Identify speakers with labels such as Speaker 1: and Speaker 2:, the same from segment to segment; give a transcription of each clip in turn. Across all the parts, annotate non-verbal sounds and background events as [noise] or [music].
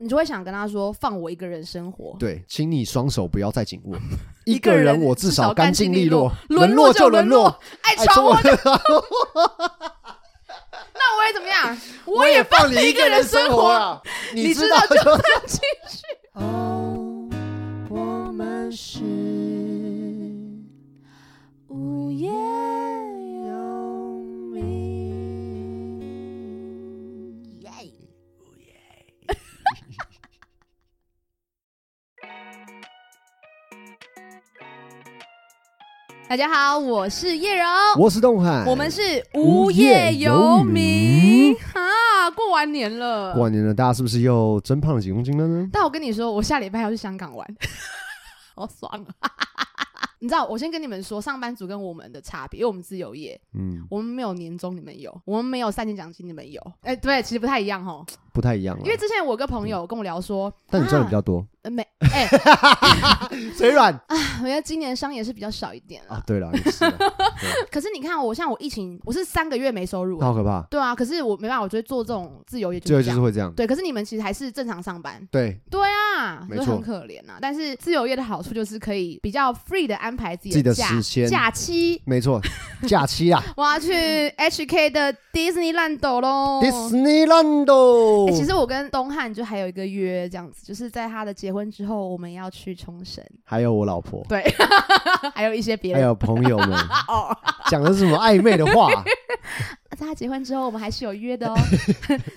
Speaker 1: 你就会想跟他说放我一个人生活。
Speaker 2: 对，请你双手不要再紧握，
Speaker 1: [laughs]
Speaker 2: 一
Speaker 1: 个
Speaker 2: 个人
Speaker 1: 人
Speaker 2: 我
Speaker 1: 至
Speaker 2: 至
Speaker 1: 少
Speaker 2: 少
Speaker 1: 干
Speaker 2: 干
Speaker 1: 净
Speaker 2: 净
Speaker 1: 利
Speaker 2: 利
Speaker 1: 落
Speaker 2: 落，
Speaker 1: 沦落
Speaker 2: 落
Speaker 1: 就沦
Speaker 2: 沦
Speaker 1: 落
Speaker 2: 落，
Speaker 1: [laughs] 爱
Speaker 2: 哎
Speaker 1: 闯
Speaker 2: 中
Speaker 1: 我
Speaker 2: 文
Speaker 1: 就， [laughs] 那我也怎么样？我也放
Speaker 2: 放
Speaker 1: 你
Speaker 2: 一
Speaker 1: 个人
Speaker 2: 人
Speaker 1: 生
Speaker 2: 活
Speaker 1: 活，
Speaker 2: 啊，
Speaker 1: [laughs] 你
Speaker 2: 知
Speaker 1: 道
Speaker 2: 道
Speaker 1: 就
Speaker 2: 就
Speaker 1: 算进去。
Speaker 3: 哦，我们是无业游民。
Speaker 1: [laughs] 大家好，我是叶柔，
Speaker 2: 我是东海，
Speaker 1: 我们是无
Speaker 2: 无
Speaker 1: 业
Speaker 2: 业
Speaker 1: 游
Speaker 2: 游
Speaker 1: 民
Speaker 2: 民
Speaker 1: 啊！过完年了，
Speaker 2: 过完年了，大家是不是又增胖了几公斤了呢？
Speaker 1: 但我跟你说，我下礼拜要去香港玩，好爽啊！ [laughs] 你知道，我先跟你们说，上班族跟我们的差别，因为我们自由业，
Speaker 2: 嗯，
Speaker 1: 我们没有年终，你们有；我们没有三年奖金，你们有。哎、对，其实不太一样哦。
Speaker 2: 不太一样了
Speaker 1: 因，为之前我跟朋友跟我聊说，
Speaker 2: 啊嗯但你赚的比
Speaker 1: 啊
Speaker 2: 较多，
Speaker 1: 呃没哎，
Speaker 2: 嘴软
Speaker 1: 我觉得今年商也是比较少一点了。
Speaker 2: 啊。对了，也是啊对
Speaker 1: 可是你看我，像我疫情，我是三个月没收入
Speaker 2: 那，好可
Speaker 1: [laughs]
Speaker 2: 怕，
Speaker 1: 对啊。可是我没办法，我觉得做这种自由业
Speaker 2: 最
Speaker 1: 就
Speaker 2: 后
Speaker 1: 是
Speaker 2: 就
Speaker 1: 这
Speaker 2: 是
Speaker 1: 样。
Speaker 2: 会这样。
Speaker 1: 对，可是你们其实还是正常上班，
Speaker 2: 对，
Speaker 1: 对啊，
Speaker 2: 没
Speaker 1: 就
Speaker 2: 错
Speaker 1: 很可怜呐、但是自由业的好处就是可以比较 free 的安排自
Speaker 2: 自己的
Speaker 1: 假
Speaker 2: 时间
Speaker 1: 假期。
Speaker 2: 没
Speaker 1: [laughs]
Speaker 2: 错，假期啊
Speaker 1: 我要去 HK 的 Disneyland 喽。欸
Speaker 2: ，Disneyland。
Speaker 1: 哦其实我跟东汉就还有一个约，这样子，就是在他的结婚之后，我们要去冲
Speaker 2: [laughs]
Speaker 1: 绳，
Speaker 2: 还有我老婆，
Speaker 1: 对，还有一些别
Speaker 2: 还
Speaker 1: 人
Speaker 2: 有朋友们
Speaker 1: [laughs] 哦。
Speaker 2: 讲的是什么暧昧的话？
Speaker 1: [laughs] 啊在他结婚之后，我们还是有约
Speaker 2: [laughs]
Speaker 1: 的哦，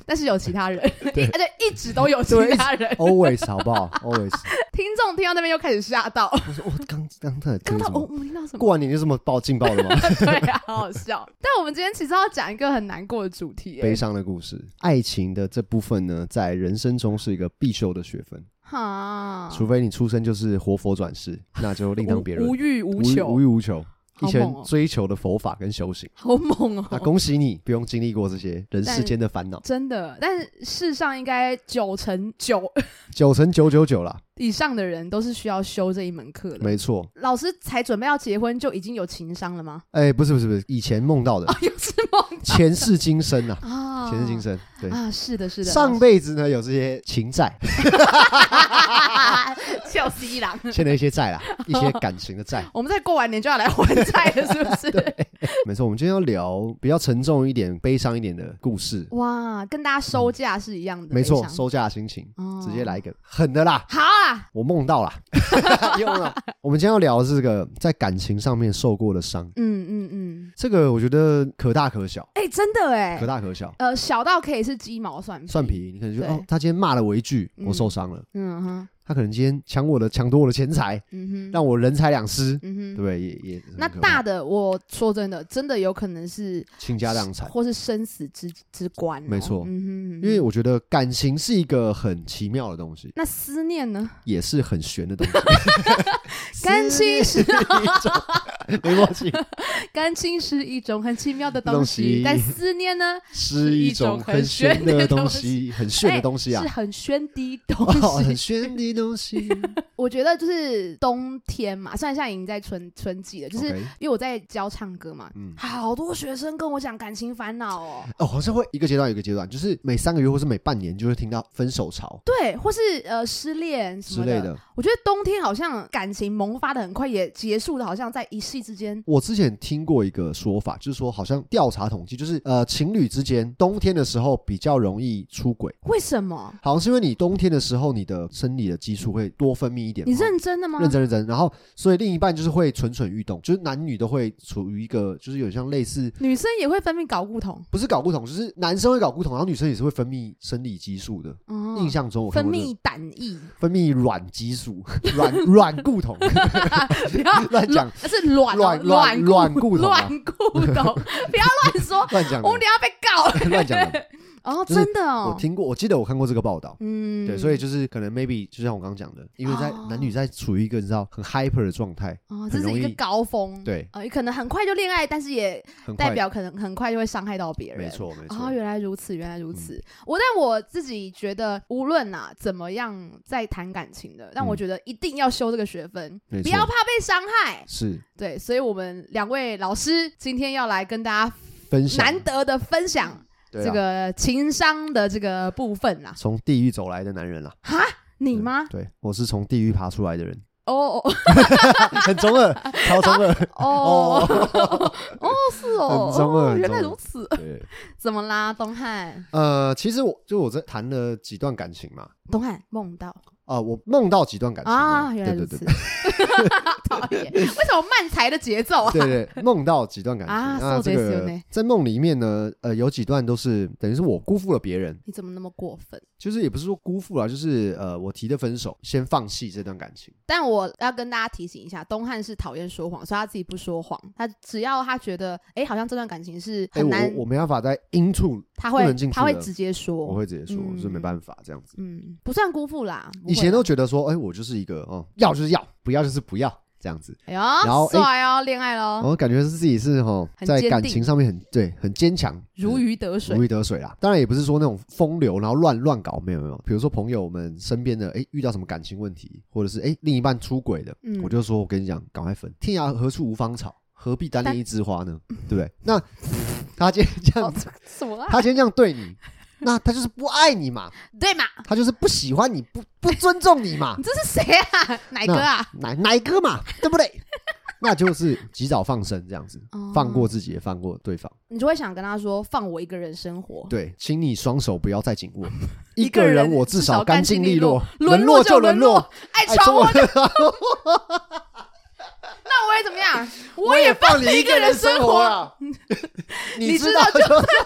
Speaker 1: 但是有其他人，
Speaker 2: 对
Speaker 1: [laughs] 而且一直都有其
Speaker 2: 对哦
Speaker 1: 他人。
Speaker 2: Always 好不好？Always。
Speaker 1: 听众听到那边又开始吓到，
Speaker 2: 我
Speaker 1: [laughs]
Speaker 2: 说我刚刚才
Speaker 1: 刚
Speaker 2: 听
Speaker 1: 到
Speaker 2: 什
Speaker 1: 哦
Speaker 2: 么？，
Speaker 1: 我听到什么？
Speaker 2: 过完年就这么爆劲爆的吗？
Speaker 1: [laughs] 对啊，好好笑。但我们今天其实要讲一个很难过的主题、欸，
Speaker 2: 悲伤的故事，爱情的这部分呢，在人生中是一个必修的学分，
Speaker 1: 哈，
Speaker 2: 除非你出生就是活佛转世，那就另当别论
Speaker 1: 啊无，欲无
Speaker 2: 无欲
Speaker 1: 求，
Speaker 2: 无欲无求，
Speaker 1: 好
Speaker 2: 一
Speaker 1: 猛
Speaker 2: 生
Speaker 1: 哦
Speaker 2: 追求的佛法跟修行。
Speaker 1: 好猛哦、
Speaker 2: 啊，恭喜你不用经历过这些人世间的烦恼，
Speaker 1: [laughs] 真的。但是世上应该九成九 [laughs]
Speaker 2: 九乘九九九啦，
Speaker 1: 以上的人都是需要修这一门课的。
Speaker 2: 没错。
Speaker 1: 老师才准备要结婚就已经有情商了吗？ [laughs]
Speaker 2: 哎，不是不是不是，以前梦到的
Speaker 1: 啊，又是梦
Speaker 2: [laughs] 前世今生啊，
Speaker 1: [laughs] 啊，
Speaker 2: 前世今生，对，
Speaker 1: 啊，是的，是的，
Speaker 2: 上
Speaker 1: [laughs]
Speaker 2: 辈子呢有这些情债，
Speaker 1: 就是伊朗。
Speaker 2: 欠了一些
Speaker 1: [laughs]
Speaker 2: 债啦，一些感情的债。
Speaker 1: 我们在过完年就要来还债了，是不
Speaker 2: [laughs]
Speaker 1: 是？
Speaker 2: 没错，我们今天要聊比较沉重一点、悲伤一点的故事。
Speaker 1: 哇，跟大家收假是一样的，
Speaker 2: 嗯没
Speaker 1: 非
Speaker 2: 错，
Speaker 1: 常
Speaker 2: 收假的心情，
Speaker 1: 哦
Speaker 2: 直接来一个狠的啦！
Speaker 1: 好啊，
Speaker 2: 我梦到啦， [laughs] 又梦
Speaker 1: [laughs]
Speaker 2: 到。我们今天要聊的是这个在感情上面受过的伤，
Speaker 1: 嗯嗯嗯，
Speaker 2: 这个我觉得可大可小，
Speaker 1: 哎、真的哎、
Speaker 2: 可大可小。
Speaker 1: 呃，小到可以是鸡毛蒜皮，
Speaker 2: 蒜，皮，你可能觉得
Speaker 1: 对
Speaker 2: 哦，他今天骂了我一句，
Speaker 1: 嗯
Speaker 2: 我受伤了。
Speaker 1: 嗯哼，
Speaker 2: 他可能今天抢我的，抢夺我的钱财，
Speaker 1: 嗯哼，
Speaker 2: 让我人财两失，
Speaker 1: 嗯哼，
Speaker 2: 对不对？也也
Speaker 1: 那
Speaker 2: 很可
Speaker 1: 大
Speaker 2: 怕
Speaker 1: 的，我说真的，真的有可能是
Speaker 2: 倾家荡产。
Speaker 1: 或是生死之之关哦、
Speaker 2: 没错
Speaker 1: 嗯哼嗯哼
Speaker 2: 因为我觉得感情是一个很奇妙的东西，
Speaker 1: 那思念呢？ [laughs]
Speaker 2: 也是很玄的东西。
Speaker 1: 感情是
Speaker 2: 是没默契，
Speaker 1: 感情是一种很奇妙的
Speaker 2: 东
Speaker 1: 西
Speaker 2: 西，
Speaker 1: 但思念
Speaker 2: [laughs]
Speaker 1: 呢，
Speaker 2: 是一种很玄的
Speaker 1: [laughs]
Speaker 2: 东西，很炫的东西啊
Speaker 1: 哎是，很
Speaker 2: [laughs]
Speaker 1: 轩的
Speaker 2: 哦，
Speaker 1: 东
Speaker 2: 很
Speaker 1: 西。
Speaker 2: 炫的东西。
Speaker 1: 我觉得就是冬天嘛，虽然现在已经在春春季了， [laughs] 就是
Speaker 2: OK，
Speaker 1: 因为我在教唱歌嘛，
Speaker 2: 嗯，
Speaker 1: 好多学生跟我讲感情烦恼
Speaker 2: [laughs]
Speaker 1: 哦。
Speaker 2: 哦，好像会一个阶段一个阶段，就是每三个月或是每半年就会听到分手潮
Speaker 1: 对，或是呃失恋什
Speaker 2: 之
Speaker 1: 么
Speaker 2: 类的。
Speaker 1: 我觉得冬天好像感情萌发的很快，也结束的，好像在一夕之间。
Speaker 2: 我之前听过一个说法，就是说好像调查统计，就是呃情侣之间冬天的时候比较容易出轨，
Speaker 1: 为什么？
Speaker 2: 好像是因为你冬天的时候你的生理的激素会多分泌一点嘛。
Speaker 1: 你认真的吗？
Speaker 2: 认真认真，然后所以另一半就是会蠢蠢欲动，就是男女都会处于一个就是有像类似
Speaker 1: 女生也会分泌睾固酮，
Speaker 2: 不是睾固酮，就是男生会睾固酮，然后女生也是会分泌生理激素的。
Speaker 1: 哦
Speaker 2: 印象中我看
Speaker 1: 分
Speaker 2: 过这个
Speaker 1: 泌胆液，
Speaker 2: [laughs] 分泌软激素、软软固酮， [laughs]
Speaker 1: 不要
Speaker 2: 乱讲
Speaker 1: 卵是卵哦
Speaker 2: 卵
Speaker 1: 卵卵
Speaker 2: 卵固酮啊
Speaker 1: 卵固酮，不要
Speaker 2: [laughs]
Speaker 1: 乱说，
Speaker 2: 乱讲的
Speaker 1: 我，们等一下被告。
Speaker 2: [laughs] 乱讲的。
Speaker 1: 哦，
Speaker 2: 就是
Speaker 1: 真的
Speaker 2: 我
Speaker 1: 哦，
Speaker 2: 听过，我记得我看过这个报道。
Speaker 1: 嗯
Speaker 2: 对，所以就是可能 maybe 就像我刚刚讲的，因为在
Speaker 1: 哦
Speaker 2: 男女在处于一个你知道很 hyper 的状态，
Speaker 1: 哦，这
Speaker 2: 很
Speaker 1: 是一
Speaker 2: 容
Speaker 1: 个
Speaker 2: 易
Speaker 1: 高峰，
Speaker 2: 对
Speaker 1: 呃，可能很快就恋爱，但是也
Speaker 2: 很
Speaker 1: 代
Speaker 2: 快，
Speaker 1: 表可能很快就会伤害到别人，
Speaker 2: 没错没
Speaker 1: 哦，
Speaker 2: 错，嗯
Speaker 1: 原来如此，原来如此。我但我自己觉得，无论啊怎么样在谈感情的，但我
Speaker 2: 嗯
Speaker 1: 觉得一定要修这个学分，
Speaker 2: 没
Speaker 1: 不
Speaker 2: 错
Speaker 1: 要怕被伤害。
Speaker 2: 是
Speaker 1: 对，所以我们两位老师今天要来跟大家
Speaker 2: 分享
Speaker 1: 难得的分享
Speaker 2: 对
Speaker 1: 这
Speaker 2: 啊
Speaker 1: 个情商的这个部分啦。
Speaker 2: 从地狱走来的男人啦。
Speaker 1: 哈，你
Speaker 2: 对
Speaker 1: 吗？
Speaker 2: 对，我是从地狱爬出来的人，
Speaker 1: 哦哦
Speaker 2: 很中二，超中
Speaker 1: [laughs]
Speaker 2: 二。
Speaker 1: 哦哦 [laughs] 哦，是哦，
Speaker 2: 很中二
Speaker 1: 哦
Speaker 2: 很
Speaker 1: 原来
Speaker 2: 中二
Speaker 1: 如此。
Speaker 2: 对，
Speaker 1: 怎么啦，东汉？
Speaker 2: 呃，其实我就我这谈了几段感情嘛，
Speaker 1: 东汉梦到
Speaker 2: 啊、我梦到几段感情嘛
Speaker 1: 啊，原来
Speaker 2: 对
Speaker 1: 如
Speaker 2: 对
Speaker 1: 此 [laughs]
Speaker 2: 对。
Speaker 1: 讨厌，为什么慢才的节奏啊？
Speaker 2: 对对，梦到几段感情
Speaker 1: 啊
Speaker 2: 那
Speaker 1: そう
Speaker 2: 这
Speaker 1: ですよ
Speaker 2: 个
Speaker 1: ね
Speaker 2: 在梦里面呢，呃，有几段都是等于是我辜负了别人，
Speaker 1: 你怎么那么过分？
Speaker 2: 就是也不是说辜负了，就是呃，我提的分手，先放弃这段感情。
Speaker 1: 但我要跟大家提醒一下，东汉是讨厌说谎，所以他自己不说谎。他只要他觉得，哎、好像这段感情是
Speaker 2: 哎，
Speaker 1: 很
Speaker 2: 我
Speaker 1: 难，
Speaker 2: 我我没办法在 into，
Speaker 1: 他
Speaker 2: 不
Speaker 1: 会
Speaker 2: 能进去
Speaker 1: 他会
Speaker 2: 了
Speaker 1: 直接说，
Speaker 2: 我会直接说，
Speaker 1: 嗯
Speaker 2: 是没办法这样子。
Speaker 1: 嗯，不算辜负啦。不会
Speaker 2: 以前
Speaker 1: 啦
Speaker 2: 都觉得说，哎，我就是一个哦，要就是要，不要就是不要这样子。
Speaker 1: 哎
Speaker 2: 然后
Speaker 1: 呦，
Speaker 2: 哎
Speaker 1: 帅哦，恋爱喽，
Speaker 2: 我感觉是自己是哈，
Speaker 1: 很
Speaker 2: 在
Speaker 1: 坚
Speaker 2: 感
Speaker 1: 定
Speaker 2: 情上面很对，很坚强，
Speaker 1: 如鱼得水
Speaker 2: 如。鱼得水啦。当然也不是说那种风流，然后乱乱搞，没有没有。比如说朋友们身边的，哎、遇到什么感情问题，或者是哎、另一半出轨的，
Speaker 1: 嗯
Speaker 2: 我就说我跟你讲，赶快分。天涯何处无芳草，何
Speaker 1: [laughs]
Speaker 2: 必单恋一枝花呢？对不对？那他今天
Speaker 1: [laughs]
Speaker 2: 这样，
Speaker 1: 什么、啊？
Speaker 2: [laughs] 他今天这样对你，那他就是不爱你
Speaker 1: [laughs]
Speaker 2: 嘛，
Speaker 1: 对嘛？
Speaker 2: 他就是不喜欢你，不不尊重你嘛
Speaker 1: [laughs] 你，这是谁啊？
Speaker 2: [laughs]
Speaker 1: 奶哥啊？
Speaker 2: 奶奶哥嘛，对不对？那就是及早放生，这样子，
Speaker 1: 哦
Speaker 2: 放过自己，也放过对方。
Speaker 1: 你就会想跟他说，放我一个人生活。
Speaker 2: 对，请你双手不要再紧
Speaker 1: [laughs]
Speaker 2: 握，一
Speaker 1: 一
Speaker 2: 个
Speaker 1: 个人
Speaker 2: 人我至
Speaker 1: 至
Speaker 2: 少
Speaker 1: 少
Speaker 2: 干
Speaker 1: 干
Speaker 2: 净
Speaker 1: 净
Speaker 2: 利
Speaker 1: 利
Speaker 2: 落
Speaker 1: 落，
Speaker 2: 沦
Speaker 1: 沦落
Speaker 2: 就
Speaker 1: 就
Speaker 2: 沦
Speaker 1: 沦
Speaker 2: 落
Speaker 1: 落。爱
Speaker 2: 哎
Speaker 1: 闯
Speaker 2: 中
Speaker 1: 我
Speaker 2: 文
Speaker 1: 的，那我也怎么样？
Speaker 2: [laughs]
Speaker 1: 我也哦
Speaker 2: 放你
Speaker 1: 一个人生活
Speaker 2: 啊！ [laughs] 你
Speaker 1: [laughs] 你
Speaker 2: 知
Speaker 1: 知
Speaker 2: 道
Speaker 1: 道
Speaker 2: 就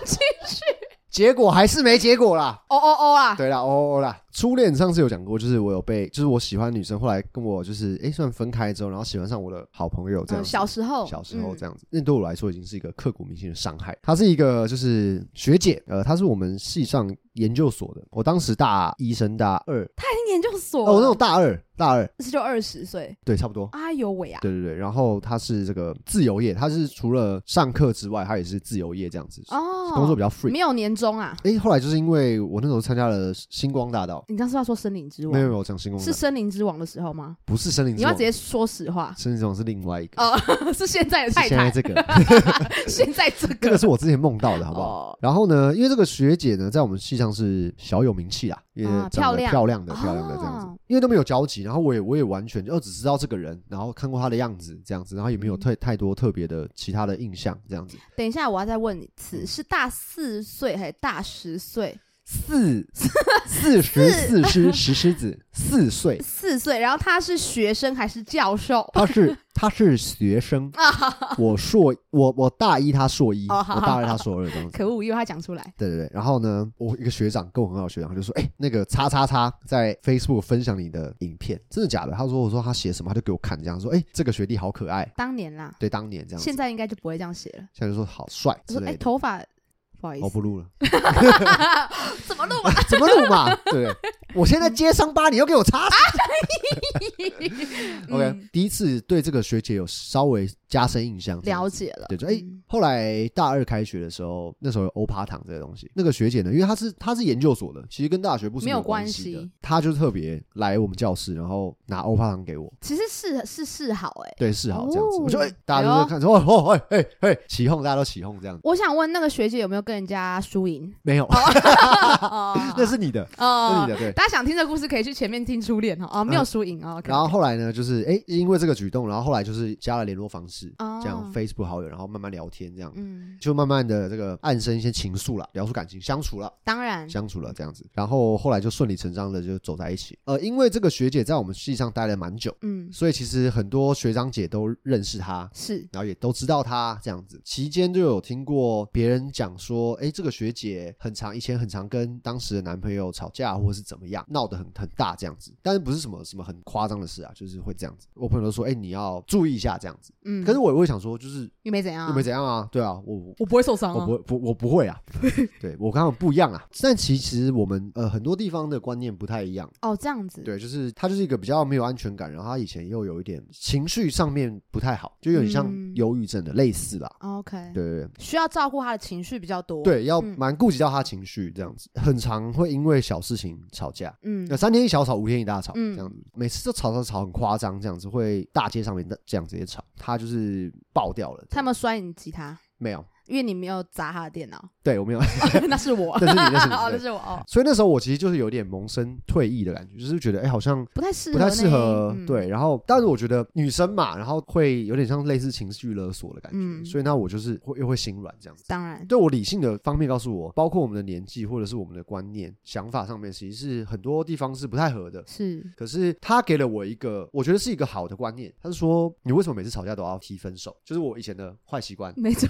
Speaker 1: 进去。
Speaker 2: [laughs] 结果还是没结果啦。
Speaker 1: 哦哦哦啊！
Speaker 2: 对啦，哦哦啦，初恋上次有讲过，就是我有被，就是我喜欢女生，后来跟我就是哎算分开之后，然后喜欢上我的好朋友这
Speaker 1: 嗯，
Speaker 2: 样子。
Speaker 1: 小时候，
Speaker 2: 小时候
Speaker 1: 嗯
Speaker 2: 这样子，那对我来说已经是一个刻骨铭心的伤害。她是一个就是学姐，呃，她是我们系上研究所的，我当时大一升大二，
Speaker 1: 今年就
Speaker 2: 哦，我
Speaker 1: 锁，
Speaker 2: 那种大二大二，
Speaker 1: 是就二十岁。
Speaker 2: 对，差不多。
Speaker 1: 哎呦喂啊！
Speaker 2: 对对对，然后他是这个自由业，他是除了上课之外，他也是自由业这样子，
Speaker 1: 哦，
Speaker 2: 工作比较 free。
Speaker 1: 没有年终啊？
Speaker 2: 哎，后来就是因为我那时候参加了星光大道，
Speaker 1: 你当时要说森林之
Speaker 2: 没有没
Speaker 1: 王，
Speaker 2: 有我讲星光大
Speaker 1: 是
Speaker 2: 道，
Speaker 1: 森林之王的时候吗？
Speaker 2: 不是森林之
Speaker 1: 你要
Speaker 2: 王，
Speaker 1: 直接说实话， [laughs]
Speaker 2: 森林之王是另外一个，
Speaker 1: 哦，是现在的
Speaker 2: 是
Speaker 1: 太
Speaker 2: 现在
Speaker 1: 太，
Speaker 2: 这个， [laughs]
Speaker 1: 现在这
Speaker 2: 这个
Speaker 1: 个
Speaker 2: 是我之前梦到的，好不好？
Speaker 1: 哦，
Speaker 2: 然后呢，因为这个学姐呢，在我们系上是小有名气啦，也
Speaker 1: 啊
Speaker 2: 长
Speaker 1: 漂
Speaker 2: 得
Speaker 1: 亮
Speaker 2: 漂亮的、漂亮的这样子
Speaker 1: 哦，
Speaker 2: 因为都没有交集，然后我也我也完全就只知道这个人，然后看过他的样子这样子，然后也没有
Speaker 1: 嗯
Speaker 2: 太太多特别的其他的印象这样子。
Speaker 1: 等一下，我要再问一
Speaker 2: 嗯
Speaker 1: 次，是大四岁还是大十岁？
Speaker 2: 四四十四狮石狮子四岁，
Speaker 1: 四岁，然后他是学生还是教授？
Speaker 2: 他是他是学生，我硕我我大一他硕一，
Speaker 1: 哦好
Speaker 2: 我大二他硕二这样子。
Speaker 1: 可恶，因为他讲出来，
Speaker 2: 对对对，然后呢，我一个学长跟我很好的学长他就说，哎、那个叉叉叉在 Facebook 分享你的影片，真的假的？他说我说他写什么，他就给我看，这样说，哎、这个学弟好可爱，
Speaker 1: 当年啦，
Speaker 2: 对，当年这样子，
Speaker 1: 现在应该就不会这样写了。
Speaker 2: 现在就说好帅
Speaker 1: 我
Speaker 2: 之
Speaker 1: 说，哎、
Speaker 2: 类的。
Speaker 1: 头发，不好意
Speaker 2: 我、
Speaker 1: 思，
Speaker 2: 不录了，
Speaker 1: [laughs] 怎么录嘛？
Speaker 2: [laughs] 怎哎么录嘛？对，我现在接伤疤，你又给我擦
Speaker 1: 嗯
Speaker 2: [laughs] OK，、第一次对这个学姐有稍微加深印象，这样
Speaker 1: 了
Speaker 2: 子
Speaker 1: 解了。
Speaker 2: 对，就哎、
Speaker 1: 嗯
Speaker 2: 后来大二开学的时候，那时候有欧趴糖这个东西，那个学姐呢，因为她是她是研究所的，其实跟大学部是
Speaker 1: 没有
Speaker 2: 有关
Speaker 1: 关
Speaker 2: 系的
Speaker 1: 系，
Speaker 2: 她就特别来我们教室，然后拿欧趴糖给我。
Speaker 1: 其实是是是好哎、
Speaker 2: 对，是好这样子，
Speaker 1: 哦啊
Speaker 2: 我就哎、大家都在看说，哦哦，哎哎哎，起哄，大家都起哄这样子，
Speaker 1: 我想问那个学姐有没有跟人家输
Speaker 2: [laughs]
Speaker 1: 赢？
Speaker 2: 没有，
Speaker 1: [laughs] 哦
Speaker 2: [laughs] 那是你的，那是
Speaker 1: 哦
Speaker 2: 你，的，对。
Speaker 1: 大家想听这故事可以去前面听初恋哈，哦，没有输赢哦。OK，
Speaker 2: 然后后来呢，就是哎、因为这个举动，然后后来就是加了联络方式，
Speaker 1: 哦
Speaker 2: 这样 Facebook 好友，然后慢慢聊天，这样
Speaker 1: 嗯，
Speaker 2: 就慢慢的这个暗生一些情愫了，聊出感情，相处了。
Speaker 1: 当然，
Speaker 2: 相处了这样子，然后后来就顺理成章的就走在一起。呃，因为这个学姐在我们系上待了蛮久，
Speaker 1: 嗯，
Speaker 2: 所以其实很多学长姐都认识她，
Speaker 1: 是
Speaker 2: 然后也都知道她这样子。期间就有听过别人讲说，哎，这个学姐很常以前很常跟当时的男朋友吵架，或者是怎么样，闹得很很大这样子。但是不是什么什么很夸张的事啊，就是会这样子。我朋友都说，哎，你要注意一下这样子。
Speaker 1: 嗯，
Speaker 2: 可是我也会想说，就是
Speaker 1: 又没怎样、啊，
Speaker 2: 又没怎样啊，对啊，我
Speaker 1: 我不会受伤
Speaker 2: 我
Speaker 1: 啊
Speaker 2: 哦不。会，不，我不会啊。 [laughs] 对我跟他们不一样啊。但其实我们呃很多地方的观念不太一样。
Speaker 1: 哦，这样子，
Speaker 2: 对，就是他就是一个比较没有安全感，然后他以前又有一点情绪上面不太好，就有点像
Speaker 1: 嗯
Speaker 2: 忧郁症的类似啦。
Speaker 1: 哦，OK，
Speaker 2: 对对对。
Speaker 1: 需要照顾他的情绪比较多。，
Speaker 2: 对，要
Speaker 1: 嗯
Speaker 2: 蛮顾及到他情绪，这样子，很常会因为小事情吵架，
Speaker 1: 嗯
Speaker 2: 有，三天一小吵，五天一大吵，
Speaker 1: 嗯
Speaker 2: 这样子，每次都吵吵吵很夸张，这样子会大街上面这样直接吵，他就是爆掉了。
Speaker 1: 他有没有摔你吉他？
Speaker 2: 没有，
Speaker 1: 因为你没有砸他的电
Speaker 2: [laughs]
Speaker 1: 脑，
Speaker 2: 对我没有，
Speaker 1: 那是我，
Speaker 2: 那是你那是你
Speaker 1: [laughs] 哦，那
Speaker 2: 对
Speaker 1: 是我哦，
Speaker 2: 所以那时候我其实就是有点萌生退役的感觉，就是觉得哎、好像
Speaker 1: 不太适合
Speaker 2: 不
Speaker 1: 呢，
Speaker 2: 太适合，
Speaker 1: 嗯，
Speaker 2: 对。然后，但是我觉得女生嘛，然后会有点像类似情绪勒索的感觉，
Speaker 1: 嗯
Speaker 2: 所以那我就是会又会心软这样子。
Speaker 1: 当然，
Speaker 2: 对我理性的方面告诉我，包括我们的年纪或者是我们的观念、想法上面，其实是很多地方是不太合的。
Speaker 1: 是
Speaker 2: 可是他给了我一个，我觉得是一个好的观念。他是说，你为什么每次吵架都要提分手？就是我以前的坏习惯，
Speaker 1: 没错，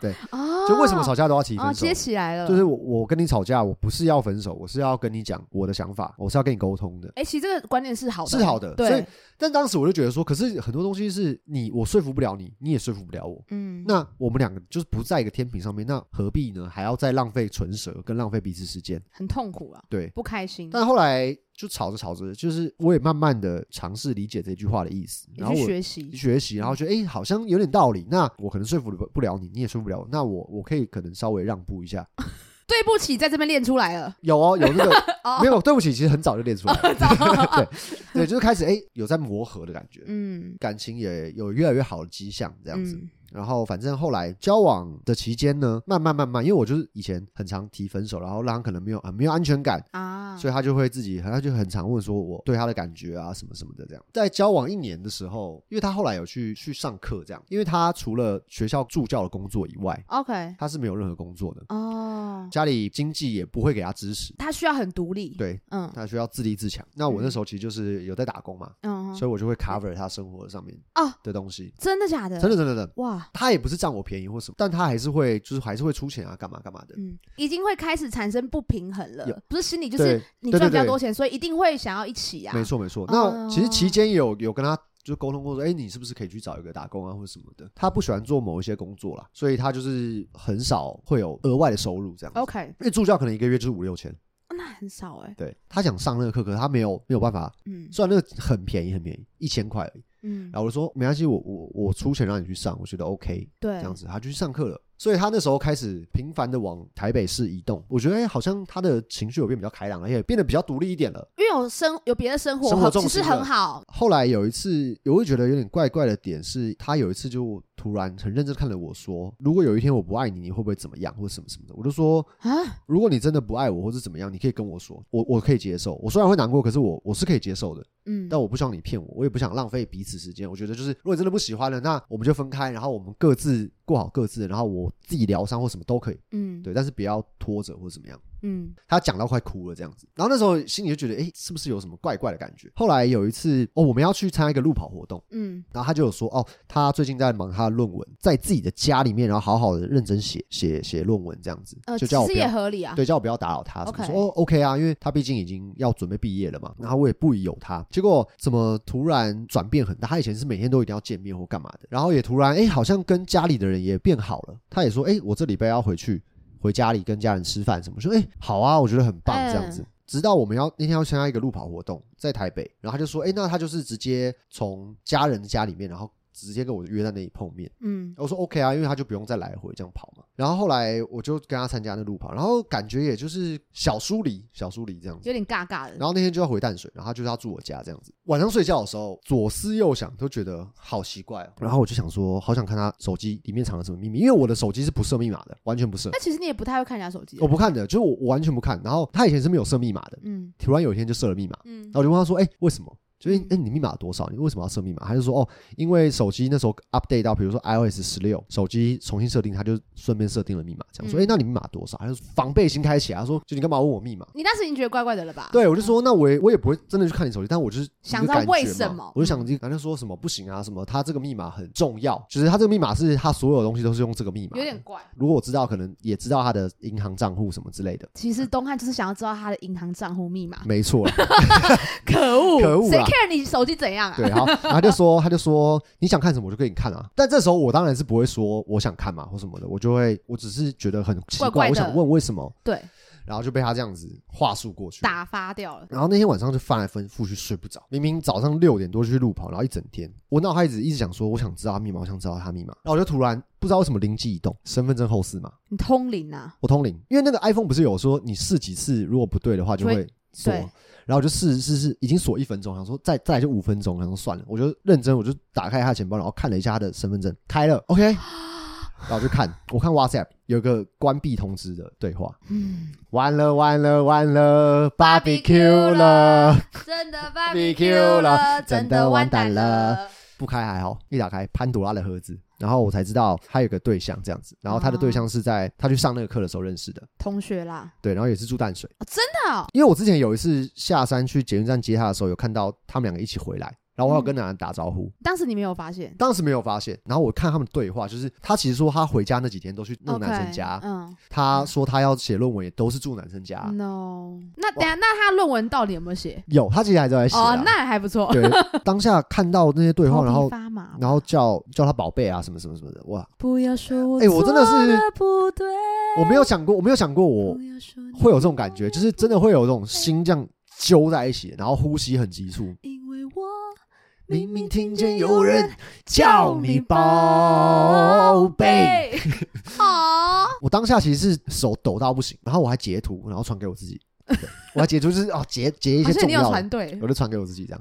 Speaker 2: 对
Speaker 1: 哦，
Speaker 2: 就为什么吵架都要提
Speaker 1: 哦，
Speaker 2: 分手
Speaker 1: 接？起来了，
Speaker 2: 就是我我跟你吵架，我不是要分手，我是要跟你讲我的想法，我是要跟你沟通的。
Speaker 1: 哎、其实这个观念是好的，
Speaker 2: 是好的所以
Speaker 1: 对，
Speaker 2: 但当时我就觉得说，可是很多东西是你我说服不了你，你也说服不了我。
Speaker 1: 嗯，
Speaker 2: 那我们两个就是不在一个天平上面，那何必呢？还要再浪费唇舌跟浪费彼此时间？
Speaker 1: 很痛苦啊，
Speaker 2: 对，
Speaker 1: 不开心，
Speaker 2: 但后来就吵着吵着，就是我也慢慢的尝试理解这句话的意思，
Speaker 1: 也
Speaker 2: 然后
Speaker 1: 去
Speaker 2: 我
Speaker 1: 学习，
Speaker 2: 学习，然后觉得哎、诶好像有点道理。那我可能说服不了你，你也说服不了我，那我我可以可能稍微让步一下。
Speaker 1: 对不起，在这边练出来了，
Speaker 2: 有哦，有那个
Speaker 1: [laughs] 哦
Speaker 2: 没有，对不起，其实很早就练出来
Speaker 1: [laughs]
Speaker 2: 了。 [laughs] 对对，就是开始哎、诶有在磨合的感觉，
Speaker 1: 嗯，
Speaker 2: 感情也有越来越好的迹象，
Speaker 1: 这
Speaker 2: 这样子。然后反正后来交往的期间呢，慢慢慢慢，因为我就是以前很常提分手，然后让他可能没有呃很没有安全感，
Speaker 1: 啊，
Speaker 2: 所以他就会自己，他就很常问说我对他的感觉啊什么什么的这样。在交往一年的时候，因为他后来有去去上课这样，因为他除了学校助教的工作以外，
Speaker 1: OK，
Speaker 2: 他是没有任何工作的，
Speaker 1: 哦，
Speaker 2: 家里经济也不会给他支持，
Speaker 1: 他需要很独立，，
Speaker 2: 对
Speaker 1: 嗯
Speaker 2: 他需要自立自强。那我那时候其实就是有在打工嘛，
Speaker 1: 嗯，
Speaker 2: 所以我就会 cover 他生活上面
Speaker 1: 哦
Speaker 2: 的东西，
Speaker 1: 真的假的？
Speaker 2: 真的真的真的。
Speaker 1: 哇，
Speaker 2: 他也不是占我便宜或什么，但他还是会就是还是会出钱啊，干嘛干嘛的。
Speaker 1: 嗯，已经会开始产生不平衡
Speaker 2: 有
Speaker 1: 了，不是心里就
Speaker 2: 对
Speaker 1: 是你
Speaker 2: 对
Speaker 1: 赚比
Speaker 2: 对
Speaker 1: 较
Speaker 2: 对
Speaker 1: 多钱，所以一定会想要一起啊，
Speaker 2: 没，错没错。
Speaker 1: 哦
Speaker 2: 那其实期间也有有跟他就沟通过说，哎、你是不是可以去找一个打工啊或者什么的？他不喜欢做某一些工作啦，所以他就是很少会有额外的收入这样子。
Speaker 1: ，OK，
Speaker 2: 因为助教可能一个月就是五六千，
Speaker 1: 那很少哎、
Speaker 2: 对他想上那个课，可是他没有没有办法，
Speaker 1: 嗯
Speaker 2: 虽然那个很便宜很便宜，一千块而已。
Speaker 1: 嗯
Speaker 2: 然，后我就说没关系，我我我出钱让你去上，我觉得 OK，
Speaker 1: 对，
Speaker 2: 这样子，他就去上课了。所以他那时候开始频繁的往台北市移动，我觉得、哎，好像他的情绪有变比较开朗，而且变得比较独立一点了。
Speaker 1: 因为有生有别的生活，
Speaker 2: 生活重
Speaker 1: 其实
Speaker 2: 心
Speaker 1: 很
Speaker 2: 了
Speaker 1: 好，
Speaker 2: 后来有一次，我会觉得有点怪怪的点是，他有一次就突然很认真看着我说：“如果有一天我不爱你，你会不会怎么样，或者什么什么的？”我就说
Speaker 1: 啊，：“
Speaker 2: 如果你真的不爱我，或者怎么样，你可以跟我说，我我可以接受。我虽然会难过，可是我我是可以接受的。
Speaker 1: 嗯，
Speaker 2: 但我不希望你骗我，我也不想浪费彼此时间。我觉得就是，如果真的不喜欢了，那我们就分开，然后我们各自过好各自，然后我自己疗伤或什么都可以。
Speaker 1: 嗯，
Speaker 2: 对，但是不要拖着或者怎么样。”
Speaker 1: 嗯，
Speaker 2: 他讲到快哭了这样子，然后那时候心里就觉得，哎、是不是有什么怪怪的感觉？后来有一次，哦，我们要去参加一个路跑活动，
Speaker 1: 嗯，
Speaker 2: 然后他就有说，哦，他最近在忙他的论文，在自己的家里面，然后好好的认真写写写论文这样子，
Speaker 1: 呃，
Speaker 2: 就
Speaker 1: 其
Speaker 2: 叫我
Speaker 1: 实
Speaker 2: 不
Speaker 1: 也
Speaker 2: 要。
Speaker 1: 合理啊，
Speaker 2: 对，叫我不要打扰他。什么
Speaker 1: OK
Speaker 2: 说哦，OK 啊，因为他毕竟已经要准备毕业了嘛，然后我也不疑有他。结果怎么突然转变很大？他以前是每天都一定要见面或干嘛的，然后也突然哎，好像跟家里的人也变好了。他也说，哎，我这礼拜要回去回家里跟家人吃饭什么。说，哎，好啊，我觉得很棒这样子
Speaker 1: 嗯。
Speaker 2: 直到我们要那天要参加一个路跑活动，在台北，然后他就说，哎，那他就是直接从家人家里面，然后直接跟我约在那里碰面。
Speaker 1: 嗯，
Speaker 2: 我说 OK 啊，因为他就不用再来回这样跑嘛。然后后来我就跟他参加那路跑，然后感觉也就是小疏离，小疏离这样子。
Speaker 1: 有点尬尬的，
Speaker 2: 然后那天就要回淡水，然后他就是要住我家这样子。晚上睡觉的时候，左思右想，都觉得好奇怪、哦。然后我就想说，好想看他手机里面藏了什么秘密，因为我的手机是不设密码的，完全不设
Speaker 1: 那，其实你也不太会看人家手机的，
Speaker 2: 我不看的，就是我我完全不看。然后他以前是没有设密码的，
Speaker 1: 嗯
Speaker 2: 突然有一天就设了密码，
Speaker 1: 嗯
Speaker 2: 然后我就问他说：“哎、为什么？就是
Speaker 1: 嗯
Speaker 2: 哎、你密码多少？你为什么要设密码？”他就说：“哦，因为手机那时候 update 到，比如说 iOS 十六，手机重新设定，他就顺便设定了密码，这样说：‘
Speaker 1: 嗯
Speaker 2: 哎、那你密码多少？’他就防备心开启啊，他说：‘就你干嘛问我密码
Speaker 1: 你当时已经觉得怪怪的了吧？？’
Speaker 2: 对，我就说：‘那我也我也不会真的去看你手机，但我就是一个
Speaker 1: 想知道
Speaker 2: 感觉
Speaker 1: 为
Speaker 2: 嘛
Speaker 1: 什么嗯
Speaker 2: 我就想，他就说什么不行啊，什么他这个密码很重要，就是他这个密码是他所有东西都是用这个密码的，
Speaker 1: 嗯有点怪。
Speaker 2: 如果我知道，可能也知道他的银行账户什么之类的。”
Speaker 1: 其实东汉就是想要知道他的银行账户密码，
Speaker 2: 没错啦，
Speaker 1: 可恶，
Speaker 2: 可恶
Speaker 1: 谁
Speaker 2: 啦
Speaker 1: care 你手机怎样啊？
Speaker 2: 对，好，然后他就说，他就说你想看什么我就给你看啊。但这时候我当然是不会说我想看嘛或什么的，我就会，我只是觉得很奇
Speaker 1: 怪
Speaker 2: 怪，
Speaker 1: 怪的
Speaker 2: 我想问为什么，
Speaker 1: 对，
Speaker 2: 然后就被他这样子话术过去。
Speaker 1: 打发掉了，
Speaker 2: 然后那天晚上就翻来翻覆去睡不着，明明早上六点多就去路跑，然后一整天，我脑海一直一直想说，我想知道他密码，我想知道他密码，然后我就突然不知道为什么灵机一动，身份证后四码，
Speaker 1: 你通灵啊，
Speaker 2: 我通灵，因为那个 iPhone 不是有说你试几次如果不对的话就
Speaker 1: 就
Speaker 2: 会锁，
Speaker 1: 对
Speaker 2: 然后我就试试试，已经锁一分钟，想说再再来就五分钟，想说算了，我就认真，我就打开他的钱包，然后看了一下他的身份证，开了，OK，然后我就看，我看 WhatsApp 有个关闭通知的对话，
Speaker 1: 嗯，
Speaker 2: 完了完了完了，barbecue 了，
Speaker 3: 真的
Speaker 2: BBQ 了真的完蛋了
Speaker 3: 了。
Speaker 2: 不开还好，一打开潘朵拉的盒子，然后我才知道他有个对象这样子，然后他的对象是在他去上那个课的时候认识的，
Speaker 1: 同学啦，
Speaker 2: 对，然后也是住淡水，
Speaker 1: 哦、真的、哦，
Speaker 2: 因为我之前有一次下山去捷运站接他的时候，有看到他们两个一起回来，然后我有跟男人打招呼，
Speaker 1: 当时你没有发现
Speaker 2: 当时没有发现，然后我看他们对话，就是他其实说他回家那几天都去那个
Speaker 1: OK，
Speaker 2: 男生家啊
Speaker 1: 嗯
Speaker 2: 他说他要写论文也都是住男生家，
Speaker 1: ，no，那等一下，那他论文到底有没有写？
Speaker 2: 有他其实还在写啦、
Speaker 1: 哦，那还不错，
Speaker 2: 对，
Speaker 1: [laughs]
Speaker 2: 当下看到那些对话，
Speaker 1: 头
Speaker 2: 然后
Speaker 1: 皮发麻，
Speaker 2: 然后叫叫他宝贝啊，什么什么什么的，哇，
Speaker 3: 不要说我
Speaker 2: 哎我真的是
Speaker 3: 做不对，
Speaker 1: 哎
Speaker 2: 我没有想过，我没有想过
Speaker 1: 嗯
Speaker 2: 我
Speaker 3: 不要说你
Speaker 2: 会有这种感觉，就是真的会有这种心这样揪在一起，然后呼吸很急促。
Speaker 3: 因为我
Speaker 2: 明明听见有人叫你宝贝，， [laughs]
Speaker 1: 好，
Speaker 2: 我当下其实是手抖到不行，然后我还截图，然后传给我自己，对我还截图就是哦截截一
Speaker 1: 而
Speaker 2: 些
Speaker 1: 且
Speaker 2: 重
Speaker 1: 你有
Speaker 2: 要的
Speaker 1: 团，队
Speaker 2: 我就传给我自己这样。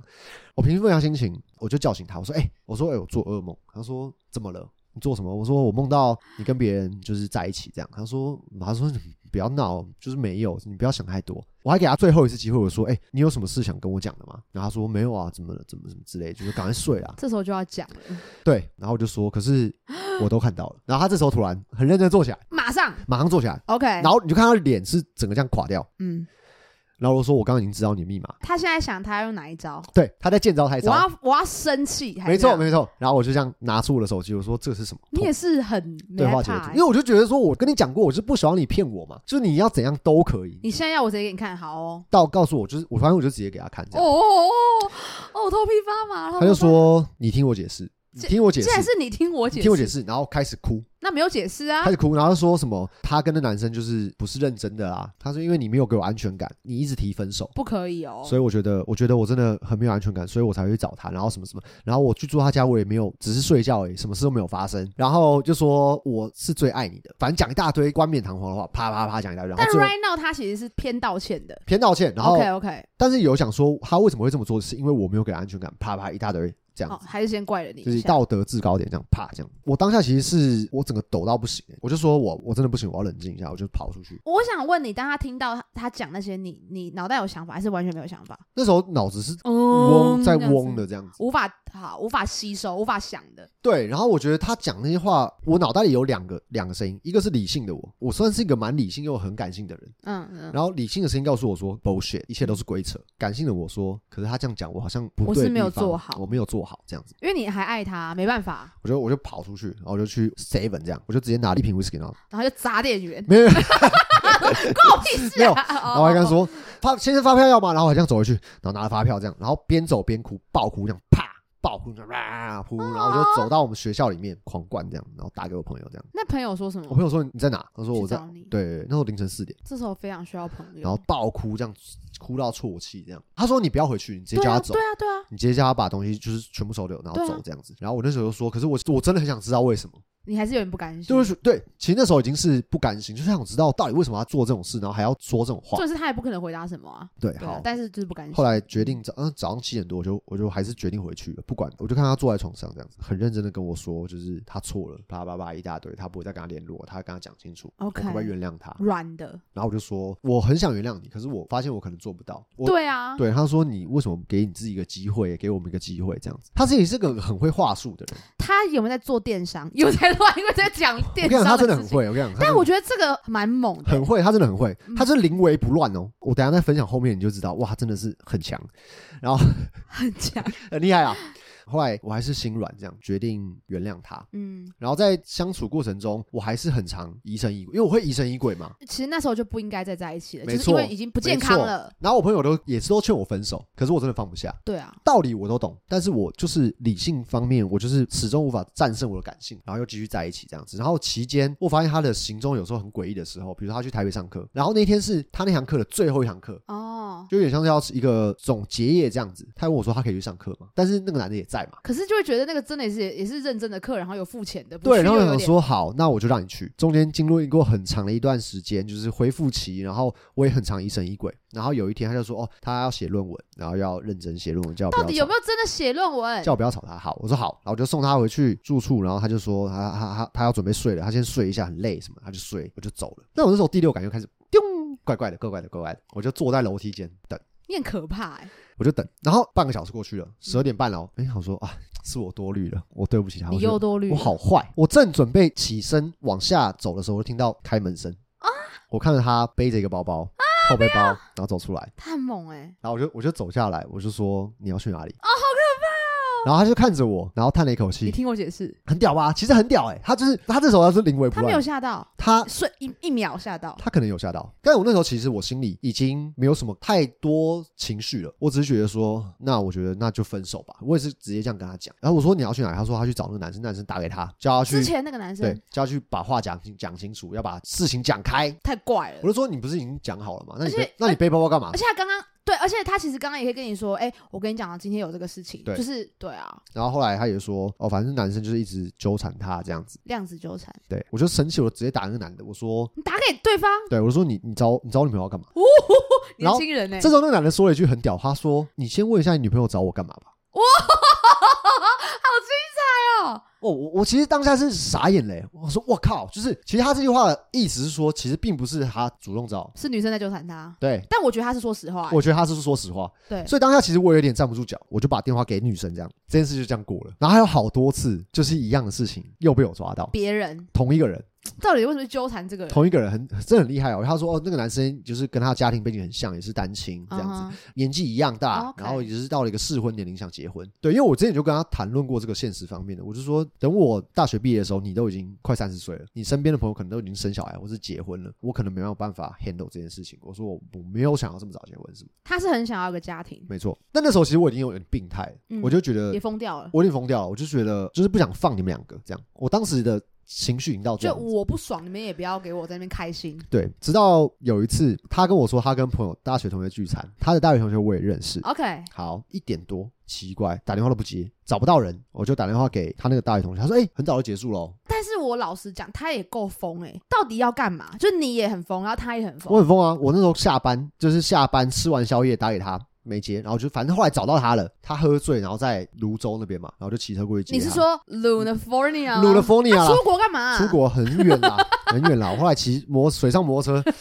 Speaker 2: 我平复一下心情，我就叫醒他，我说哎、我说哎、我做噩梦，他说怎么了？你做什么？我说我梦到你跟别人就是在一起这样。他说，他说你嗯不要闹，就是没有，你不要想太多。我还给他最后一次机会，我说，哎、你有什么事想跟我讲的吗？然后他说没有啊，怎么了，怎么怎么之类，就是赶快睡啦。
Speaker 1: 这时候就要讲了，
Speaker 2: 对，然后我就说，可是我都看到了。然后他这时候突然很认真地坐起来，
Speaker 1: 马上
Speaker 2: 马上坐起来，
Speaker 1: OK，
Speaker 2: 然后你就看他脸是整个这样垮掉。
Speaker 1: 嗯，
Speaker 2: 然后我说我刚刚已经知道你的密码，
Speaker 1: 他现在想他要用哪一招？
Speaker 2: 对，他在见招拆
Speaker 1: 我
Speaker 2: 招，
Speaker 1: 要我要生气，还
Speaker 2: 没
Speaker 1: 是
Speaker 2: 错
Speaker 1: 要
Speaker 2: 没错。然后我就这样拿出我的手机，我说这是什么？
Speaker 1: 你也是很没
Speaker 2: 对话
Speaker 1: 害
Speaker 2: 截
Speaker 1: 怕
Speaker 2: 图，
Speaker 1: 欸
Speaker 2: 因为我就觉得说我跟你讲过，我是不喜欢你骗我嘛，就是你要怎样都可以。
Speaker 1: 你现在要我直接给你看好哦，
Speaker 2: 到告诉我，就是我反正我就直接给他看这
Speaker 1: 哦
Speaker 2: 样，
Speaker 1: 哦哦哦，头皮发麻，
Speaker 2: 他就说你听我解释，你
Speaker 1: 这
Speaker 2: 听我解
Speaker 1: 既
Speaker 2: 释，
Speaker 1: 然是你听我
Speaker 2: 你
Speaker 1: 解
Speaker 2: 听我
Speaker 1: 释
Speaker 2: 解，释，然后开始哭，
Speaker 1: 那没有解释啊
Speaker 2: 开，始哭，然后说什么他跟那男生就是不是认真的啊，他说因为你没有给我安全感，你一直提分手。
Speaker 1: 不可以哦，
Speaker 2: 所以我觉得，我觉得我真的很没有安全感，所以我才会去找他，然后什么什么，然后我去住他家，我也没有，只是睡觉而已，什么事都没有发生，然后就说我是最爱你的，反正讲一大堆冠冕堂皇的话，啪啪啪讲一大堆，然后
Speaker 1: 但
Speaker 2: 最后
Speaker 1: right now 他其实是偏道歉的
Speaker 2: 偏道歉，然后
Speaker 1: ，OK OK，
Speaker 2: 但是有想说他为什么会这么做，是因为我没有给他安全感，啪啪一大堆这
Speaker 1: 哦
Speaker 2: 样，子。
Speaker 1: 还是先怪了你
Speaker 2: 就是
Speaker 1: 一下，
Speaker 2: 道德制高点，这样啪这样。我当下其实是我整个抖到不行、我就说我我真的不行，我要冷静一下，我就跑出去。
Speaker 1: 我想问你，当他听到他他讲那些，你你脑袋有想法还是完全没有想法？
Speaker 2: 那时候脑子是
Speaker 1: 嗯
Speaker 2: 嗡在
Speaker 1: 这样子
Speaker 2: 嗡的这样子。
Speaker 1: 无法好无法吸收、无法想的。
Speaker 2: 对，然后我觉得他讲那些话，我脑袋里有两个两个声音，一个是理性的我，我算是一个蛮理性又很感性的人。
Speaker 1: 嗯嗯，
Speaker 2: 然后理性的声音告诉我说 bullshit，一切都是鬼扯。感性的我说，可是他这样讲，我好像不
Speaker 1: 我
Speaker 2: 对
Speaker 1: 是
Speaker 2: 的
Speaker 1: 没有
Speaker 2: 地方
Speaker 1: 做好
Speaker 2: 我没有做好这样子。
Speaker 1: 因为你还爱他，没办法，
Speaker 2: 我就我就跑出去，然后我就去 seven 这样，我就直接拿了一瓶 whisky，然后
Speaker 1: 然后就砸店员，
Speaker 2: 没有，
Speaker 1: [laughs] 关我屁事
Speaker 2: 没有
Speaker 1: 啊！然
Speaker 2: 然后我还跟他说发先生发票要吗？然后我这样走回去，然后拿了发票这样，然后边走边哭，爆哭这样，啪爆哭，这样啊哭，然后
Speaker 1: 哦
Speaker 2: 我就走到我们学校里面狂灌这样，然后打给我朋友这样。
Speaker 1: 那朋友说什
Speaker 2: 我
Speaker 1: 么？
Speaker 2: 朋友说你在哪？他说我
Speaker 1: 去
Speaker 2: 在
Speaker 1: 找你。
Speaker 2: 对，对对那时候凌晨四点，
Speaker 1: 这时候非常需要朋友。
Speaker 2: 然后爆哭这样，哭到啜泣这样。他说你不要回去，你直接
Speaker 1: 对
Speaker 2: 叫
Speaker 1: 啊，
Speaker 2: 他走
Speaker 1: 对。啊，对啊，
Speaker 2: 你直接叫他把东西就是全部收留，然后
Speaker 1: 对啊
Speaker 2: 走这样子。然后我那时候就说，可是我我真的很想知道为什么，
Speaker 1: 你还是有点不甘心。
Speaker 2: 就是对，其实那时候已经是不甘心，就是想知道到底为什么要做这种事，然后还要说这种话
Speaker 1: 重。点是他也不可能回答什么啊。
Speaker 2: 对，
Speaker 1: 对啊
Speaker 2: 好，
Speaker 1: 但是就是不甘心。
Speaker 2: 后来决定早，嗯，早上七点多我就我就还是决定回去了，不管，我就看他坐在床上这样子，很认真的跟我说，就是他错了，叭叭叭一大堆，他不会再跟他联络，他跟他讲清楚
Speaker 1: OK
Speaker 2: 我可不可以原谅他？
Speaker 1: 软的，
Speaker 2: 然后我就说我很想原谅你，可是我发现我可能做不到。我
Speaker 1: 对啊，
Speaker 2: 对他说你为什么不给你自己一个机会，给我们一个机会这样子？他自己是个很会话术的人，
Speaker 1: [laughs] 他有没有在做电商？有在乱，因为在讲
Speaker 2: 我
Speaker 1: 电
Speaker 2: 跟你讲他
Speaker 1: 商
Speaker 2: 真的
Speaker 1: 事
Speaker 2: 很
Speaker 1: 情。
Speaker 2: 会，我跟你讲，他
Speaker 1: 但
Speaker 2: 真的
Speaker 1: 我觉得这个蛮猛的
Speaker 2: 很，会，他真的很会
Speaker 1: 嗯，
Speaker 2: 他真的临危不乱哦。我等一下再分享后面你就知道，哇，他真的是很强。
Speaker 1: 很强。
Speaker 2: 很厉害啊。后来我还是心软，这样决定原谅他。
Speaker 1: 嗯，
Speaker 2: 然后在相处过程中，我还是很常疑神疑鬼，因为我会疑神疑鬼嘛。
Speaker 1: 其实那时候就不应该再在一起了，
Speaker 2: 没
Speaker 1: 就是
Speaker 2: 错
Speaker 1: 因为已经不健康
Speaker 2: 没错
Speaker 1: 了。
Speaker 2: 然后我朋友都也是都劝我分手，可是我真的放不下。
Speaker 1: 对啊，
Speaker 2: 道理我都懂，但是我就是理性方面，我就是始终无法战胜我的感性，然后又继续在一起这样子。然后期间，我发现他的行踪有时候很诡异的时候，比如他去台北上课，然后那天是他那堂课的最后一堂课，
Speaker 1: 哦，
Speaker 2: 就有点像是要一个总结业这样子。他问我说他可以去上课吗？但是那个男的也在在嘛。
Speaker 1: 可是就会觉得那个真的是也是认真的课，然后有付钱的，不
Speaker 2: 对，
Speaker 1: 去
Speaker 2: 然后
Speaker 1: 又
Speaker 2: 我
Speaker 1: 有
Speaker 2: 想
Speaker 1: 点
Speaker 2: 说好，那我就让你去。中间经历过很长的一段时间，就是恢复期，然后我也很常疑神疑鬼。然后有一天他就说，哦，他要写论文，然后要认真写论文，叫我不
Speaker 1: 到
Speaker 2: 要
Speaker 1: 底
Speaker 2: 吵
Speaker 1: 有没有真的写论文？
Speaker 2: 叫我不要吵他。好，我说好，然后我就送他回去住处，然后他就说他他他他要准备睡了，他先睡一下，很累什么，他就睡，我就走了。那我那时候第六感就开始，叮，怪怪的，怪怪的，怪怪的，我就坐在楼梯间等。
Speaker 1: 你很可怕欸，
Speaker 2: 我就等，然后半个小时过去了，十二点半了哦。哎、想说啊，是我多虑了，我对不起他。
Speaker 1: 你
Speaker 2: 我就
Speaker 1: 又多虑
Speaker 2: 我
Speaker 1: 了。
Speaker 2: 好坏。我正准备起身往下走的时候，我就听到开门声
Speaker 1: 啊
Speaker 2: 我看着他背着一个包包后背包，然后走出来，
Speaker 1: 他很猛哎，
Speaker 2: 然后我就我就走下来，我就说你要去哪里？哦，好可怕哦！然后他就看着我，然后叹了一口
Speaker 1: 你
Speaker 2: 气，
Speaker 1: 听我解释，
Speaker 2: 很屌吧？其实很屌哎、他就是他这时候他是临危不
Speaker 1: 他没有
Speaker 2: 乱，啊
Speaker 1: 吓到，
Speaker 2: 他
Speaker 1: 瞬一一秒吓到，
Speaker 2: 他可能有吓到，但我那时候其实我心里已经没有什么太多情绪了，我只是觉得说，那我觉得那就分手吧。我也是直接这样跟他讲，然后我说你要去哪里？他说他去找那个男生，那男生打给他，叫他
Speaker 1: 之
Speaker 2: 去，
Speaker 1: 前那个男
Speaker 2: 对
Speaker 1: 生，
Speaker 2: 叫他去把话讲清讲清楚，要把事情讲开。
Speaker 1: 太怪了
Speaker 2: 我，就说你不是已经讲好了吗？那你
Speaker 1: 而且
Speaker 2: 背那你背包包干嘛
Speaker 1: 而？且他刚刚对，而且他其实刚刚也可以跟你说，哎，我跟你讲啊，今天有这个事情，
Speaker 2: 对
Speaker 1: 就是对啊，
Speaker 2: 然后后来他也说，哦，反正男生就是一直纠缠他这样子。
Speaker 1: 量子纠缠，
Speaker 2: 对我就生气，我就直接打那个男的，我说，
Speaker 1: 你打给对方，
Speaker 2: 对我就说你你找你找我女朋友要干嘛？然
Speaker 1: 年
Speaker 2: 后
Speaker 1: 轻人哎
Speaker 2: 这，时候那个男的说了一句很屌，他说你先问一下你女朋友找我干嘛吧。
Speaker 1: [laughs] 哎呦，
Speaker 2: 哦，我我其实当下是傻眼嘞、我说我靠，就是其实他这句话的意思是说，其实并不是他主动找，
Speaker 1: 是女生在纠缠他，
Speaker 2: 对，
Speaker 1: 但我觉得他是说实话欸，
Speaker 2: 我觉得他是说实话，
Speaker 1: 对
Speaker 2: 所以当下其实我有点站不住脚，我就把电话给女生，这样这件事就这样过了。然后还有好多次就是一样的事情又被我抓到，
Speaker 1: 别人
Speaker 2: 同一个人，
Speaker 1: 到底为什么纠缠这个人？
Speaker 2: 同一个人很真的很厉害哦。他说哦，那个男生就是跟他的家庭背景很像，也是单亲这样子，
Speaker 1: 嗯哼哦
Speaker 2: 年纪一样大，
Speaker 1: OK
Speaker 2: 然后也是到了一个适婚年龄想结婚。对，因为我之前就跟他谈论过这个现实方面的，我就说，等我大学毕业的时候，你都已经快三十岁了，你身边的朋友可能都已经生小孩或是结婚了，我可能没有办法 handle 这件事情。我说我我没有想要这么早结婚，是吗？
Speaker 1: 他是很想要有个家庭，
Speaker 2: 没错。但那时候其实我已经有点病态了，
Speaker 1: 嗯
Speaker 2: 我就觉得
Speaker 1: 也疯掉了，
Speaker 2: 我有点疯掉了，我就觉得就是不想放你们两个这样。我当时的情绪已经到这
Speaker 1: 就
Speaker 2: 样子。
Speaker 1: 我不爽，你们也不要给我在那边开心。
Speaker 2: 对，直到有一次，他跟我说他跟朋友大学同学聚餐，他的大学同学我也认识，
Speaker 1: OK，
Speaker 2: 好，一点多，奇怪，打电话都不接，找不到人，我就打电话给他那个大学同学，他说：“哎、很早就结束了哦。
Speaker 1: 但是我老实讲，他也够疯哎，到底要干嘛？就你也很疯，然后他也很”
Speaker 2: 我
Speaker 1: 疯，
Speaker 2: 很疯啊，我那时候下班就是下班吃完宵夜打给他。没接，然后就反正后来找到他了，他喝醉，然后在泸州那边嘛，然后就骑车过去接
Speaker 1: 你
Speaker 2: 他。
Speaker 1: 是说 California？
Speaker 2: l u f o r n i
Speaker 1: 他
Speaker 2: a
Speaker 1: 出国啊干嘛？
Speaker 2: 出国很远啦，很远啦。我后来骑摩水上摩托车，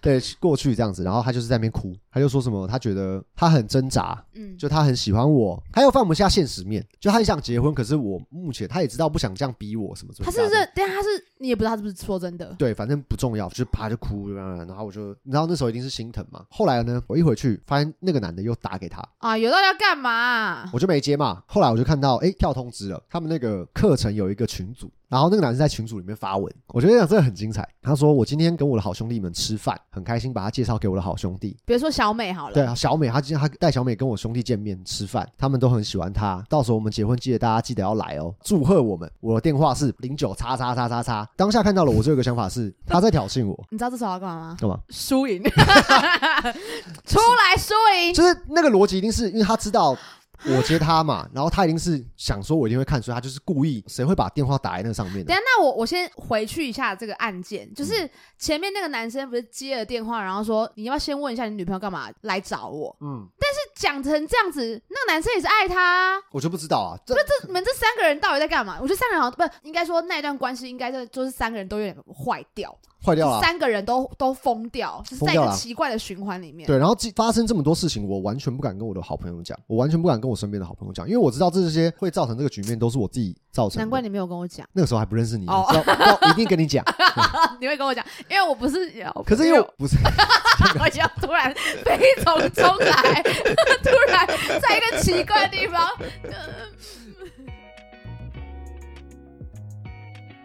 Speaker 2: 对，过去这样子，然后他就是在那边哭，他就说什么，他觉得他很挣扎，
Speaker 1: [laughs] 嗯，
Speaker 2: [laughs] 就他很喜欢我，他又放不下现实面，就他很想结婚，可是我目前他也知道不想这样逼我什么什么。
Speaker 1: 他是认，但他是你也不知道他是不是说真的。
Speaker 2: 对，反正不重要，就啪就哭，然后我就，你知道那时候一定是心疼嘛。后来呢，我一回去发现那个男的又打给他，
Speaker 1: 啊，有到底要干嘛？
Speaker 2: 我就没接嘛。后来我就看到，哎，跳通知了，他们那个课程有一个群组，然后那个男生在群组里面发文，我觉得讲真的很精彩。他说我今天跟我的好兄弟们吃饭，很开心，把他介绍给我的好兄弟，
Speaker 1: 比如说小美好了，
Speaker 2: 对啊，小美，她今天她带小美跟我兄弟见面吃饭，他们都很喜欢她。到时候我们结婚，记得大家记得要来哦，祝贺我们。我的电话是零九叉叉叉叉叉。当下看到了，我就有个想法是，她在挑衅我，
Speaker 1: 你知道这首要干嘛吗？
Speaker 2: 干嘛？
Speaker 1: 输赢， [laughs] 出来输赢，
Speaker 2: 就是那个逻辑一定是因为她知道。我接她嘛，然后她一定是想说，我一定会看，所以她就是故意，谁会把电话打在那上
Speaker 1: 等
Speaker 2: 面的
Speaker 1: 一？下，那我我先回去一下这个案件，
Speaker 2: 嗯
Speaker 1: 就是前面那个男生不是接了电话，然后说你要不要先问一下你女朋友干嘛来找我？
Speaker 2: 嗯，
Speaker 1: 讲成这样子，那个男生也是爱她啊、
Speaker 2: 我就不知道啊，这
Speaker 1: 这你们这三个人到底在干嘛？我觉得三个人好像不应该说那一段关系，应该是就是三个人都有点坏掉，
Speaker 2: 坏掉了啊。
Speaker 1: 三个人都都疯掉，就是在一
Speaker 2: 疯掉
Speaker 1: 个
Speaker 2: 了
Speaker 1: 奇怪的循环里面。
Speaker 2: 对，然后既发生这么多事情，我完全不敢跟我的好朋友讲，我完全不敢跟我身边的好朋友讲，因为我知道这些会造成这个局面都是我自己造成的。
Speaker 1: 难怪你没有跟我讲，
Speaker 2: 那个时候还不认识你，
Speaker 1: 哦
Speaker 2: 要要一定跟你
Speaker 1: [laughs]
Speaker 2: 讲。
Speaker 1: 你会跟我讲，因为我不是有，
Speaker 2: 可是因为我不是，
Speaker 1: 我要突然悲从中来， [laughs] 突然在一个奇怪的地方，呃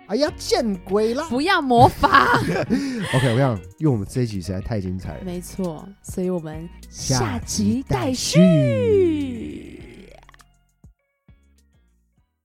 Speaker 2: 哎呀，见鬼啦
Speaker 1: 不要模仿。
Speaker 2: [laughs] ！OK，我想，因为我们这一集实在太精彩了，
Speaker 1: 没错，所以我们
Speaker 2: 下
Speaker 1: 下
Speaker 2: 集
Speaker 1: 集
Speaker 2: 待
Speaker 1: 待
Speaker 2: 续
Speaker 1: 续。